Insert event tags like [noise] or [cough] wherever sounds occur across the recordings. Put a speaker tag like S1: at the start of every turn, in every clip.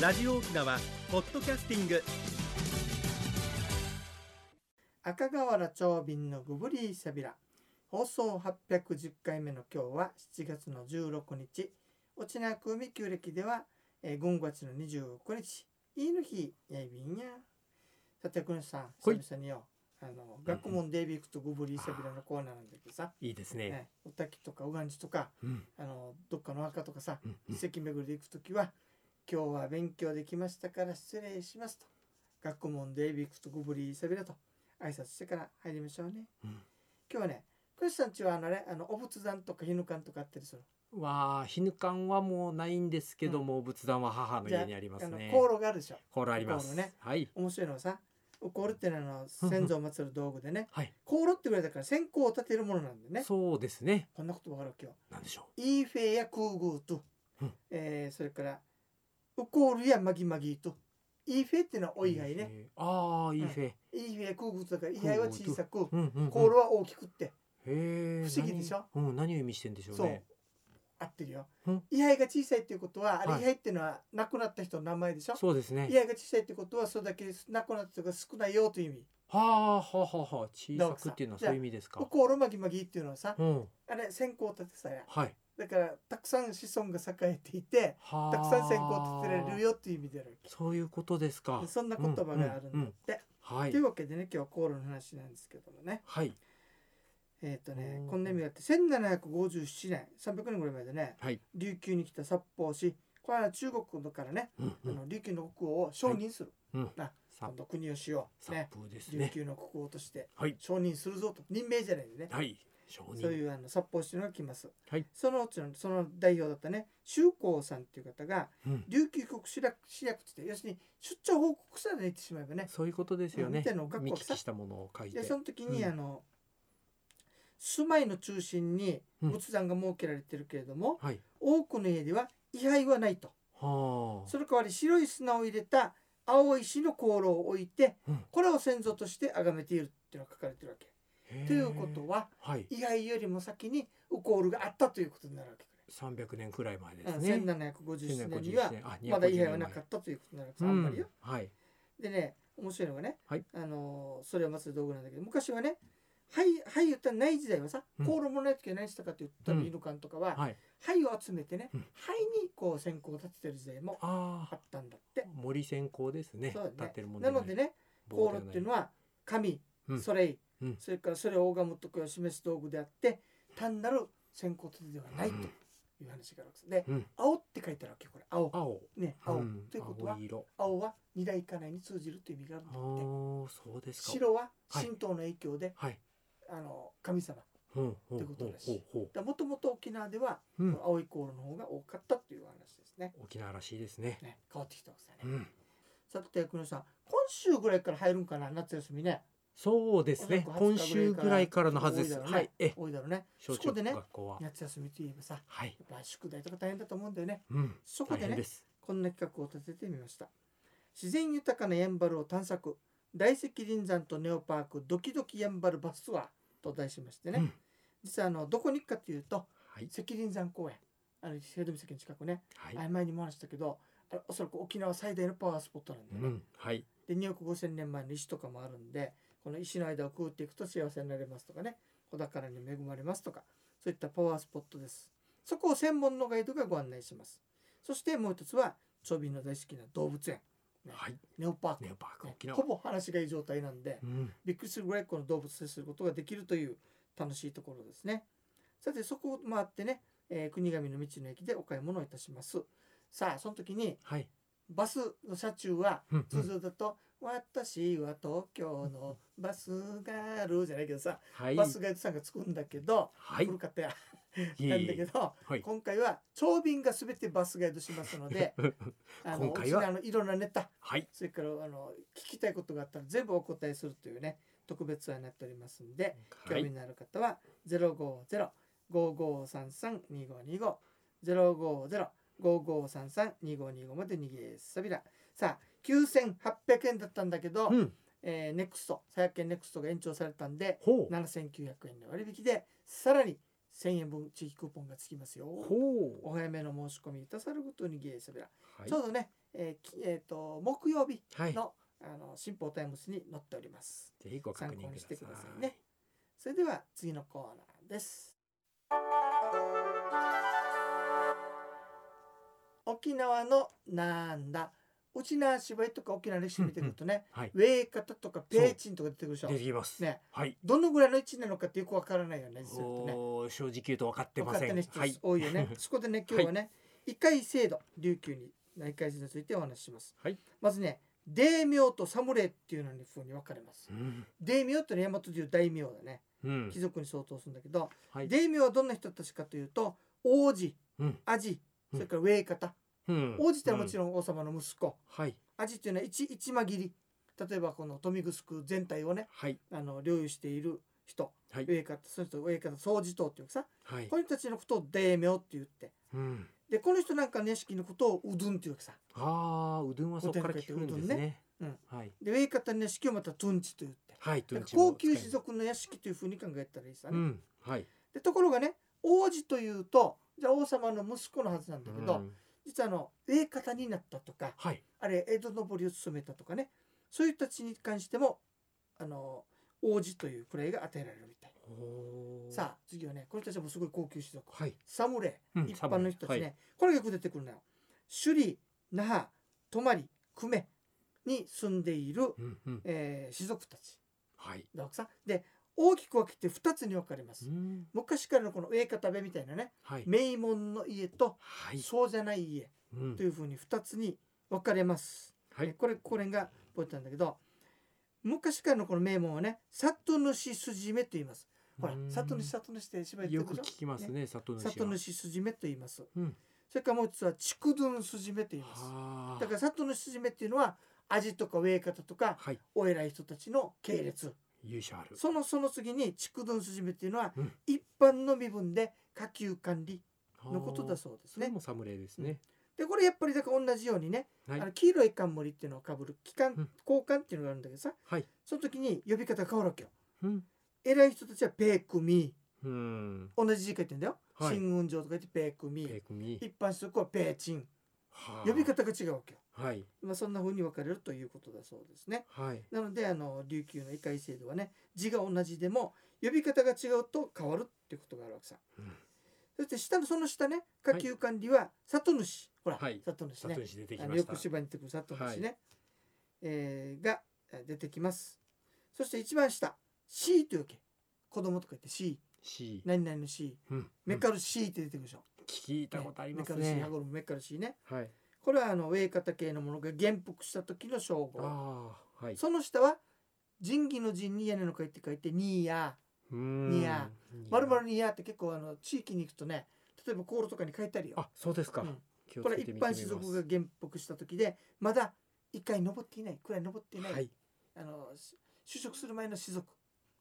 S1: ラジオ沖縄ポッドキャスティング
S2: 赤瓦長瓶のグブリーサビラ放送810回目の今日は7月の16日沖縄空美旧暦では、えー、軍月の29日いいの日やいびんやさて国吉さん
S1: ほい
S2: 久々によあの学問デイビックとグブリーサビラのコーナーなんだけどさ、
S1: いいです
S2: え
S1: ね、
S2: ーおたきとかおがんじとか
S1: うん
S2: あのどっかの赤とかさ
S1: うんうん
S2: 席巡りで行くときは「今日は勉強できましたから失礼します」と「学問でビクとゴブリーサビラ」と挨拶してから入りましょうね。
S1: うん
S2: 今日はねクリスさんちはあのねあのお仏壇とか犬館とかあったりする
S1: わあ、ヒヌカンはもうないんですけども、仏壇は母の家にあります
S2: あの
S1: ね。
S2: 香炉があるでしょ
S1: コールあります。
S2: 香炉ね
S1: はい。
S2: 面白いのはさお香炉っていうのはあの先祖を祀る道具でね
S1: はい。
S2: 香炉って言われたから線香を立てるものなんでね
S1: そうですね。
S2: こんなことわかる今日
S1: なんでしょ
S2: イーフェやクーグーと、
S1: うん
S2: えーそれからウコールやマギマギとイーフェっていうのは
S1: う。
S2: お以外ね、
S1: いいフェ。ああ、いいフェ。
S2: イーフェクーグーとかイハイは小さく
S1: うんうん、うん。
S2: コールは大きくって
S1: へえ。
S2: 不思議でしょ
S1: 何うん、何を意味してんでしょう
S2: そう
S1: ね。
S2: 合ってるよ
S1: うん
S2: イハイが小さいっていうことはあ
S1: は
S2: れ
S1: い
S2: イハイっていうのは亡くなった人の名前でしょ
S1: そうですね
S2: イ。ハイが小さいってことはそれだけ亡くなった人が少ないよという意味
S1: はあ、はあ、はあ、はあ、小
S2: どう
S1: さ
S2: か
S1: く
S2: さ
S1: っていうのは
S2: じゃ
S1: そ
S2: あ
S1: ういう意味です
S2: ウ
S1: か。
S2: コールマギマギっていうのはさ
S1: うん。
S2: あれ線香を立てたや
S1: はい。
S2: だからたくさん子孫が栄えていて
S1: はあ。
S2: たくさん線香を立てられる。よという意味であるわ
S1: そういうことですか
S2: け。そんな言葉があるんだって
S1: はい
S2: とい。うわけでね今日はコールの話なんですけどもね
S1: はい。
S2: えっとね
S1: うん
S2: こんな意味があって1757年300年ぐらい前でね
S1: はい。
S2: 琉球に来た札幌市これは中国からね、
S1: うんう
S2: あ
S1: ん。
S2: の琉球の国王を承認する、
S1: サ
S2: 今度国をしよう、
S1: サ
S2: ね
S1: プです
S2: 琉
S1: ね。
S2: 球の国王として
S1: はい。
S2: 承認するぞと任命じゃないんでね、
S1: はい。承認。
S2: そういうあの札幌市のが来ます、
S1: はい
S2: そのうちのその代表だったね周公さんっていう方が
S1: うん
S2: 琉球国主役主役って言って要するに出張報告され言ってしまえばね
S1: そういうことですよ
S2: 見
S1: ね
S2: て。の学
S1: 見
S2: 校
S1: 聞きしたものを書いて
S2: で。その時に、
S1: うん
S2: あの住まいの中心に仏壇が設けられてるけれども、
S1: はい。
S2: 多くの家では位牌はないと。
S1: はあ。
S2: その代わり白い砂を入れた青い石の香炉を置いて、
S1: うん
S2: これを先祖として崇めているっていうのが書かれてるわけ。
S1: へえ
S2: ということは
S1: はい。
S2: 位牌よりも先にウコールがあったということになるわけだ
S1: 三百年くらい前で
S2: から、
S1: すね。
S2: 1757年には
S1: あ
S2: まだ位牌はなか
S1: っ
S2: ったということになるわけ
S1: た
S2: です、あんまりよ。
S1: はい。
S2: でね面白いのがね、
S1: はい
S2: あのーそれを祀る道具なんだけど昔はね灰灰言ったらない時代はさ
S1: うん
S2: 香炉もない時は何したかって言ったら
S1: うん
S2: 犬館とかは
S1: はい。
S2: 灰を集めてね
S1: うん
S2: 灰にこう線香を立ててる時代も
S1: あ
S2: あ
S1: あ。
S2: ったんだって。
S1: 森線香ですね。
S2: そうだね
S1: 立ってるもの
S2: なのでね香炉っていうの
S1: は
S2: は神、
S1: うん
S2: それ、
S1: うん
S2: それからそれを拝むとこを示す道具であって単なる線香立てではないという話があるわけです。で、
S1: うん
S2: 青って書いてあるわけこれ青
S1: 青。
S2: ね青、
S1: うん
S2: ということは
S1: 青色。
S2: 青は二大家内に通じるという意味がある
S1: ああ
S2: んだって。
S1: ー、そうですか。。
S2: 白は
S1: はい
S2: 神道の影響で、
S1: はい。
S2: あの神様
S1: ほうほ
S2: といううこ
S1: ほ
S2: と
S1: う
S2: だし
S1: ほうほ
S2: もともと沖縄では、
S1: う。うん
S2: この。青い香炉の方が多かったという話ですね
S1: 沖縄らしいですね。
S2: ね変わってきたわけですよね、
S1: うん。
S2: さて久野さん今週ぐらいから入るんかな夏休みね
S1: そうですね。今週ぐらいからのはずで
S2: 多
S1: す。
S2: いだろうね
S1: はい。え、
S2: 多いだろうね
S1: 小
S2: そこ
S1: 中
S2: でね
S1: 学校は。
S2: 夏休みといえばさ
S1: はい。
S2: やっぱ宿題とか大変だと思うんだよね
S1: うん。
S2: そこ
S1: 大
S2: で
S1: 変
S2: ね
S1: です。
S2: こんな企画を立ててみました自然豊かなやんばるを探索大石林山とネオパークドキドキやんばるバスツアーと題しましてね、
S1: うん
S2: 実はあのどこに行くかというと
S1: はい。
S2: 石林山公園あの瀬戸岬の近くね、
S1: はい。
S2: あれ前にも話したけどあれおそらく沖縄最大のパワースポットなんだよね、
S1: うん、はい。
S2: で2億5000年前の石とかもあるんでこの石の間をくぐっていくと幸せになれますとかね子宝に恵まれますとかそういったパワースポットですそこを専門のガイドがご案内しますそしてもう一つはチョビの大好きな動物園ね
S1: はい。
S2: ネオパーク
S1: ネオパーク
S2: ね
S1: 沖縄
S2: ほ。ぼ話がいい状態なんで
S1: うん。
S2: びっくりするぐらいこの動物接することができるという楽しいところですねさてそこを回ってね、えー国神の道の駅でお買い物をいたしますさあその時に
S1: はい。
S2: バスの車中は
S1: うんう
S2: 通
S1: ん
S2: 常だと「私は東京のバスがある」じゃないけどさ、
S1: はい。
S2: バスガイドさんがつくんだけど、
S1: はい。
S2: 古かったや
S1: いえいえ
S2: なんだけど、
S1: はい。
S2: 今回は長便が全てバスガイドしますのであの
S1: 今回は
S2: うちのあのいろんなネタ
S1: [laughs] はい。
S2: それからあの聞きたいことがあったら全部お答えするというね特別ツアーになっておりますんで
S1: は
S2: 興味
S1: い。
S2: のある方は050-5533-2525 050-5533-2525まで逃げさびらさあ9800円だったんだけど、
S1: うん。
S2: えーネクスト、最悪券ネクストが延長されたんで
S1: ほう。
S2: 7900円の割引でさらに1000円分地域クーポンがつきますよ
S1: ほ
S2: お早めの申し込みいたさることにぎえさびら、
S1: う。はい
S2: ちょうどね、えーきえー、と木曜日
S1: はい。
S2: の,、あの新報タイムスに載っております
S1: ぜひご確
S2: 参
S1: 認
S2: 考に
S1: く
S2: して
S1: だ
S2: く
S1: さ
S2: ださい
S1: い。
S2: ね。それでは次のコーナーです沖縄のなんだうちな芝居とか沖縄の歴史見てくるとね、
S1: はい。
S2: ウェイ方とかペーチンとか出てくるでしょ
S1: 出てきます。
S2: ね
S1: はい。
S2: どのぐらいの位置なのかってよくわからないよね実はね
S1: おー正直言うと分かって
S2: 分
S1: ま
S2: かっ
S1: せ
S2: て
S1: ん。
S2: ない
S1: は
S2: 人
S1: い。
S2: 多いよ
S1: [laughs]
S2: ね、そこでね今日はね異界制度琉球に内界制度についてお話しします、
S1: はい
S2: まずね大名と侍っていうのに風に分かれます
S1: うん。
S2: 大名ってのは大和という大名だね
S1: うん
S2: 貴。族に相当するんだけど、
S1: はい。
S2: 大名はどんな人たちかというと王子
S1: うん。
S2: アジ
S1: うん
S2: それから上方、
S1: うん。
S2: 王子ってのはもち
S1: ん。
S2: ろん王様の息子、
S1: はい。
S2: アジっていうのは一一間切り例えばこの豊見城全体をね
S1: はい。
S2: あの領有している人
S1: はい。
S2: 上方その人上方総司頭っていうかさ
S1: はい
S2: こ。の人たちのことを大名って言って
S1: うん。
S2: でこの人なんかの屋敷のことをうどんっていうわけさ
S1: ああ、うどんはそこから聞くんですね。
S2: うどんね
S1: はい。
S2: で上方の屋敷をまたトゥンチと言って
S1: はい。
S2: だ
S1: どん
S2: から
S1: ちも
S2: 高級士族の屋敷というふうに考えたらいいさ
S1: う
S2: ね、
S1: ん。はい。
S2: でところがね王子というとじゃあ王様の息子のはずなんだけど、
S1: うん
S2: 実はあの上方になったとか
S1: はい。
S2: あれ江戸のぼりを務めたとかねそういう人たちに関してもあの王子という位が与えられるみたい
S1: おー
S2: さあ次はねこの人たちもすごい高級士族
S1: はい。
S2: サムレ
S1: うん
S2: 一般の人たちね、
S1: は
S2: これがよく出てくるのよ首里那覇泊まり久米に住んでいる、
S1: うん。うん。
S2: えー、士族たち
S1: はい。
S2: だわけさで大きく分けて2つに分かれま
S1: う
S2: す、
S1: ん。
S2: 昔からのこの上方部みたいなね
S1: はい。
S2: 名門の家と
S1: はい。
S2: そうじゃない家
S1: うん
S2: と。いうふうに2つに分かれます、
S1: は
S2: え
S1: い。
S2: これこれがポイントなんだけど昔からのこの名門はね里主筋目と言いますほら
S1: うん
S2: 里主里主って芝居や
S1: よ
S2: って
S1: く
S2: るで
S1: 聞
S2: しょ
S1: きますね、里主は。
S2: 里主筋目と言います
S1: うん。
S2: それからもう一つは筑dun筋目と言います。
S1: はあ。
S2: だから里の筋目っていうのは味とか上方とか
S1: はい。
S2: お偉い人たちの系列。
S1: 勇者ある。
S2: そのその次に筑dun筋目っていうのは
S1: うん
S2: 一般の身分で下級管理のことだ
S1: そ
S2: そうです
S1: うね。
S2: ね
S1: も。侍ですね。
S2: でこれやっぱりだから同じようにね、
S1: はい
S2: あの黄色い冠っていうのをかぶる機
S1: う
S2: 関
S1: ん
S2: 交換っていうのがあるんだけどさ、
S1: はい
S2: その時に呼び方が変わるわけよ。
S1: うん。
S2: 偉い人たちはペークミ
S1: うん。
S2: ー同じ字書いてんだよ。
S1: はい
S2: 新雲上とか言ってペークミー
S1: ペ組。
S2: 一般職はペーチン
S1: はあ
S2: 呼び。方が違うわけよ。
S1: はい。
S2: まあ、そんな風に分かれるということだそうですね。
S1: はい。
S2: なのであの琉球の異界制度はね字が同じでも呼び方が違うと変わるっていうことがあるわけさ。
S1: うん
S2: そして下のその下ね下級管理は里主、ほら、
S1: はい
S2: 里主
S1: 里
S2: ね
S1: 主出てき
S2: あ
S1: ま
S2: の
S1: し
S2: よ
S1: た
S2: く。芝居に出てくる里主ね、えーがえー出てきます。そして一番下 C というわけ子供とか言って C
S1: C。
S2: 何々の C
S1: うん。
S2: メカル C って出てくるでしょ。
S1: 聞いたことあります
S2: メカル C
S1: ね
S2: ハ。ゴルムメカル C ね。
S1: はい。
S2: これはあの上方系のものが元服した時の称号。
S1: ああ。はい。
S2: その下は仁義の仁に屋根の会って書いてニーヤ
S1: うん
S2: ニヤ。まるまるニーヤって結構あの地域に行くとね例えば航路とかに書いてあるよ
S1: あ、そうですか
S2: うん。
S1: 気を
S2: こ
S1: つ
S2: れ
S1: け
S2: 一
S1: て見て
S2: 般
S1: み
S2: 士
S1: ます
S2: 族が元服した時でまだ一回登っていないくらい登っていない、
S1: はい。
S2: あのし就職する前の士族っ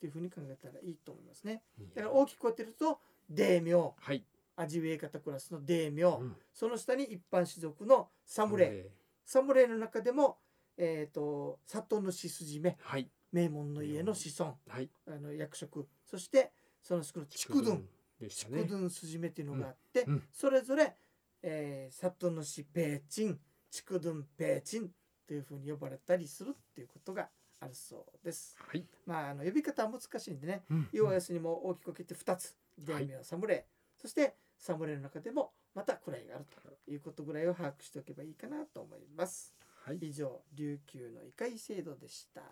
S2: ていうふうに考えたらいいと思いますねだから
S1: は
S2: 大きくこうやってると大名
S1: い。
S2: 味上方クラスの大名、
S1: うん
S2: その下に一般士族の侍侍の中でもえっ、と里主筋目
S1: はい。
S2: 名門の家の子孫
S1: はい。
S2: あの役職そしてその宿の筑
S1: ド
S2: 殿
S1: ンでした
S2: 筑
S1: ね。
S2: 殿筋目っていうのがあって、
S1: うんうん
S2: それぞれ、えー、里の市ペーチン筑殿ペーチンというふうに呼ばれたりするっていうことがあるそうです。
S1: はい。
S2: まああの呼び方は難しいんでね
S1: うん
S2: 要は要するにもう大きく分けて2つ
S1: は
S2: 大
S1: い
S2: 名侍、そして侍の中でもまた位があるということぐらいを把握しておけばいいかなと思います。
S1: はい。
S2: 以上琉球の異界制度でした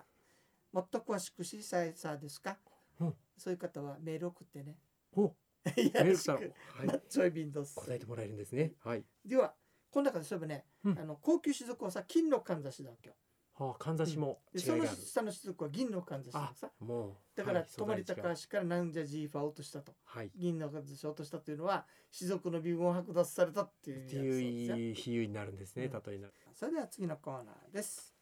S2: もっと詳しく知りたいさですか、
S1: うん
S2: そういう方はメール送ってね
S1: お、
S2: よ
S1: メー
S2: ろ
S1: ル
S2: し
S1: したら、は
S2: くマ
S1: い
S2: ッ。チョイビンドス
S1: 答えてもらえるんですね。はい。
S2: ではこの中でそういえばね、
S1: うん
S2: あの高級種族はさ金のかんざしだわけよ
S1: ああ、かんざしも
S2: で
S1: 違
S2: そ
S1: い
S2: の
S1: がある。
S2: 下の種族は銀のかんざしだからさ
S1: もう。
S2: だから泊まり
S1: た
S2: 高橋からなんじゃジーファを落としたと
S1: はい。
S2: 銀のかんざしを落としたというのは種族の微分を剥奪されたっていう
S1: っ
S2: 意味
S1: て
S2: だそうですよ
S1: いう比喩になるんですね。
S2: うん
S1: 例えな。
S2: それでは次のコーナーです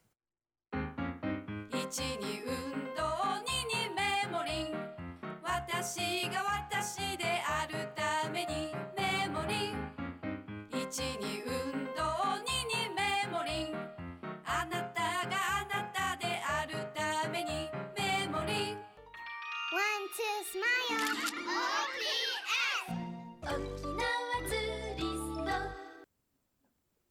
S3: 一に運動二にメモリン私が私であるためにメモリン一に運動二にメモリンあなたがあなたであるためにメモリン
S4: One, two, smile. OPM.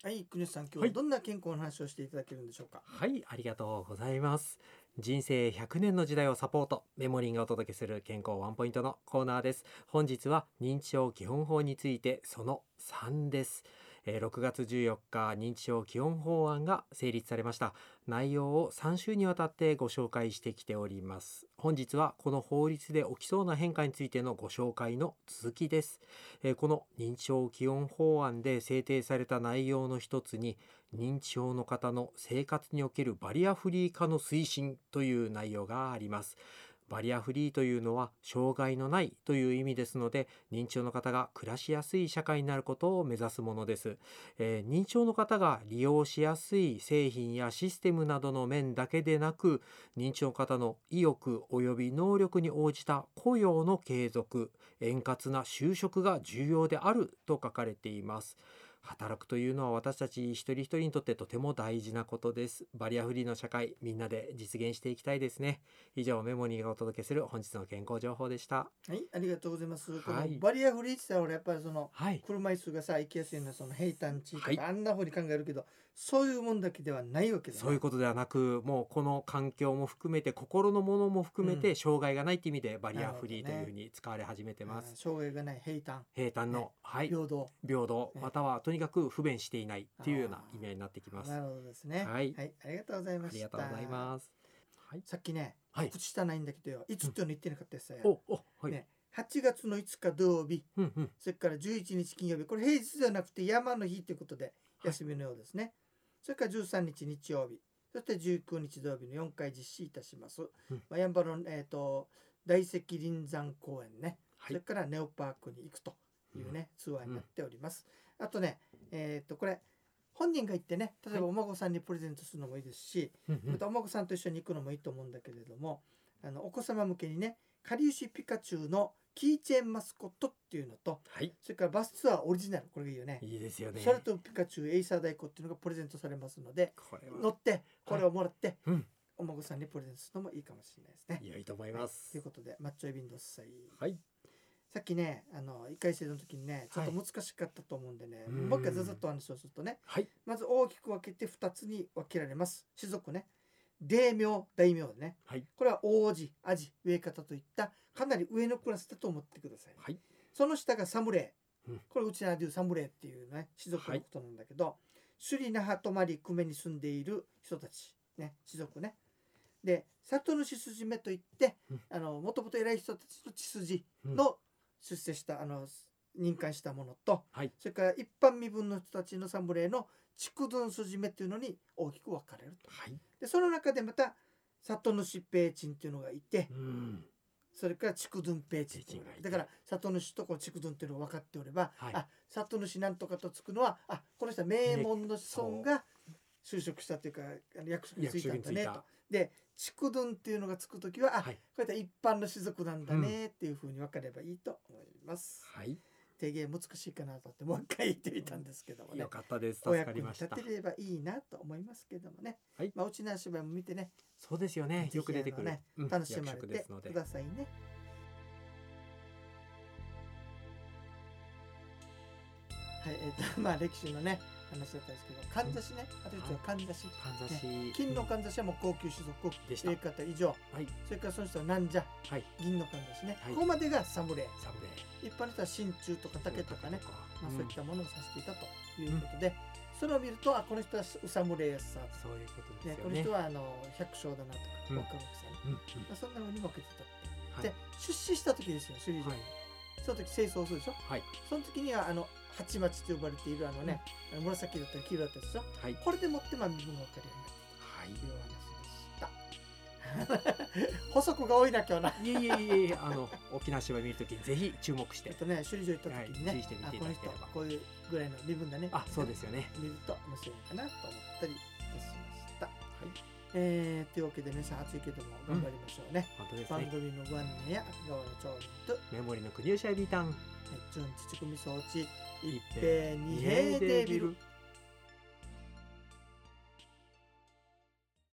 S2: はい、国吉さん、
S1: は
S2: 今日はいどんな健康の話をしていただけるんでしょうか。
S1: はい、ありがとうございます。人生100年の時代をサポート、メモリンがお届けする健康ワンポイントのコーナーです。本日は認知症基本法についてその3です。えー6月14日、認知症基本法案が成立されました。内容を3週にわたってご紹介してきております。本日はこの法律で起きそうな変化についてのご紹介の続きです。えーこの認知症基本法案で制定された内容の一つに、認知症の方の生活におけるバリアフリー化の推進という内容があります。バリアフリーというのは障害のないという意味ですので認知症の方が暮らしやすい社会になることを目指すものです、えー認知症の方が利用しやすい製品やシステムなどの面だけでなく認知症の方の意欲及び能力に応じた雇用の継続円滑な就職が重要であると書かれています働くというのは私たち一人一人にとってとても大事なことですバリアフリーの社会みんなで実現していきたいですね以上メモニーがお届けする本日の健康情報でした
S2: はい、ありがとうございます。この
S1: はい
S2: バリアフリーって言ったら、俺やっぱりその。
S1: はい
S2: 車椅子がさ行きやすいのはその平坦地とか、
S1: はい
S2: あんなふうに考えるけどそういうもんだけではないわけだな
S1: そういうことではなくもうこの環境も含めて心のものも含め
S2: う
S1: て障害がないって意味でバリアフリー
S2: な
S1: と
S2: るほどね
S1: いうふうに使われ始めてま
S2: うん
S1: す
S2: 障害がない平坦
S1: 平坦
S2: ね
S1: のはい
S2: 平等
S1: 平等
S2: ね
S1: またはとにかく不便していないっていうような
S2: あー
S1: 意味合いになってきます
S2: な
S1: あ
S2: るほどですね
S1: はい
S2: ありがとうございました
S1: りがとうございますはい
S2: さっきね
S1: はい
S2: 告知したないんだけどよいつっていうの言ってなかったですよ、
S1: おおはい、
S2: ね8月の5日土曜日
S1: うんうん
S2: それから11日金曜日これ平日ではなくて山の日ということで休みのようですね、それから13日日曜日そして19日土曜日の4回実施いたします、
S1: うん
S2: まあ、やんばるの、えー、と大石林山公園ね、
S1: は
S2: それ
S1: い
S2: からネオパークに行くというね、ツアーになっております、あとねえっ、とこれ本人が行ってね例えばお孫さんにプレゼントするのもいいですし、
S1: うんうん
S2: またお孫さんと一緒に行くのもいいと思うんだけれどもあのお子様向けにね「かりゆしピカチュウ」のキーチェーンマスコットっていうのと
S1: はい
S2: それからバスツアーオリジナルこれがいいよね
S1: いいですよね
S2: シャルトピカチュウエイサー大鼓っていうのがプレゼントされますので
S1: これ
S2: 乗
S1: は
S2: ってこれをもらって、
S1: うん
S2: お孫さんにプレゼントするのもいいかもしれないですね。
S1: 良いと思い
S2: は
S1: ま
S2: いと
S1: す
S2: いうことでマッチョエビンドスサイ
S1: はい
S2: さっきねあの1回生の時にねちょっと
S1: はい
S2: 難しかったと思うんでね、
S1: うん
S2: もう一回ざざっとお話をするとね
S1: はい
S2: まず大きく分けて2つに分けられます種族ね霊名大名ね
S1: はい
S2: これは王子アジ上方といったかなり上のクラスだと思ってください。
S1: はい
S2: その下がサムレイ、
S1: うん
S2: これうちらでいうサムレイっていうね士族のことなんだけど、首里那覇泊まり久米に住んでいる人たちね士族ねで里の血筋目といって
S1: うん
S2: あのもともと偉い人たちの血筋の出世した、あの任官したものと
S1: はい
S2: それから一般身分の人たちのサムレイの筑土の筋目っていうのに大きく分かれると
S1: はい
S2: でその中でまた里の疾病人っていうのがいて、
S1: うん
S2: それから筑郡ペーチっていうのが
S1: ペーチがいて
S2: だから里主とこの筑郡っていうのが分かっておれば、
S1: はい
S2: あ里主なんとかとつくのはあこの人は名門の子孫が就職したというかあの役職に就
S1: 役
S2: いた
S1: 職に
S2: んだ
S1: つい
S2: ね
S1: た
S2: と。で筑郡っていうのがつく時はあ、
S1: はい
S2: こういった一般の種族なんだねっていうふうに分かればいいと思います。
S1: はい
S2: 提言難しいかなと思ってもう一回言ってみたんですけどもね
S1: 良。かったです
S2: お
S1: 助か
S2: 役
S1: り
S2: に
S1: まし
S2: 立
S1: た
S2: てればいいなと思いますけどもね。
S1: はい
S2: まあうちの芝居も見てね
S1: そうですよね
S2: ぜひ
S1: よく出てく
S2: あの
S1: る
S2: ね
S1: うん
S2: 楽しまれ
S1: 役職で
S2: て
S1: すので
S2: くださいね。はい、えっ、と、 [laughs] まあ、歴史のね、話だったんですけど、かんざしね、あと一つはかんざし。
S1: かんざし
S2: 金のかんざしはもう高級種族、
S1: でした
S2: え方以上、
S1: はい
S2: それからその人はなんじゃ、
S1: はい
S2: 銀のかんざしね、
S1: はい
S2: ここまでがサムレ
S1: サムレ
S2: イ。一般の人は真鍮とか竹とかね、まあ、そういったものを指していたということで、それを見ると、あ、この人はサムレイやさ、
S1: そういうことで
S2: ね、
S1: すよ
S2: この
S1: ね
S2: 人はあの百姓だなとか、
S1: うん
S2: ワクワクさん。
S1: うんうん
S2: まあ、そんな風に分けてた、
S1: はい
S2: で出資した時ですよ首里城、
S1: はい
S2: その時清掃するでしょ
S1: はい
S2: その時にはあの鉢町と呼ばれているあのね、あの紫だったり黄色だったりでしょ
S1: はい
S2: これでもってまあ身分が分かるよ
S1: は
S2: うになった [laughs] というお話でした補足が多いな今日な。
S1: いいえいえいえいえあの沖縄芝居見るときにぜひ注目し
S2: えってとね首里城行った時にね、
S1: はい注意して見
S2: あ
S1: てい
S2: こ
S1: た
S2: の
S1: だけ
S2: 人
S1: れば
S2: こういうぐらいの身分だね
S1: あそうですよね
S2: 見ると面白いかなと思ったりいたしました。
S1: い
S2: えーというわけで皆さん暑いけども頑張りましょうね。
S1: 本当です
S2: 番
S1: ね
S2: 組のご案内や赤川の調理と
S1: メモリの国吉アイビータン
S2: えー準備仕組み装置
S1: 一
S2: 一平二平デビル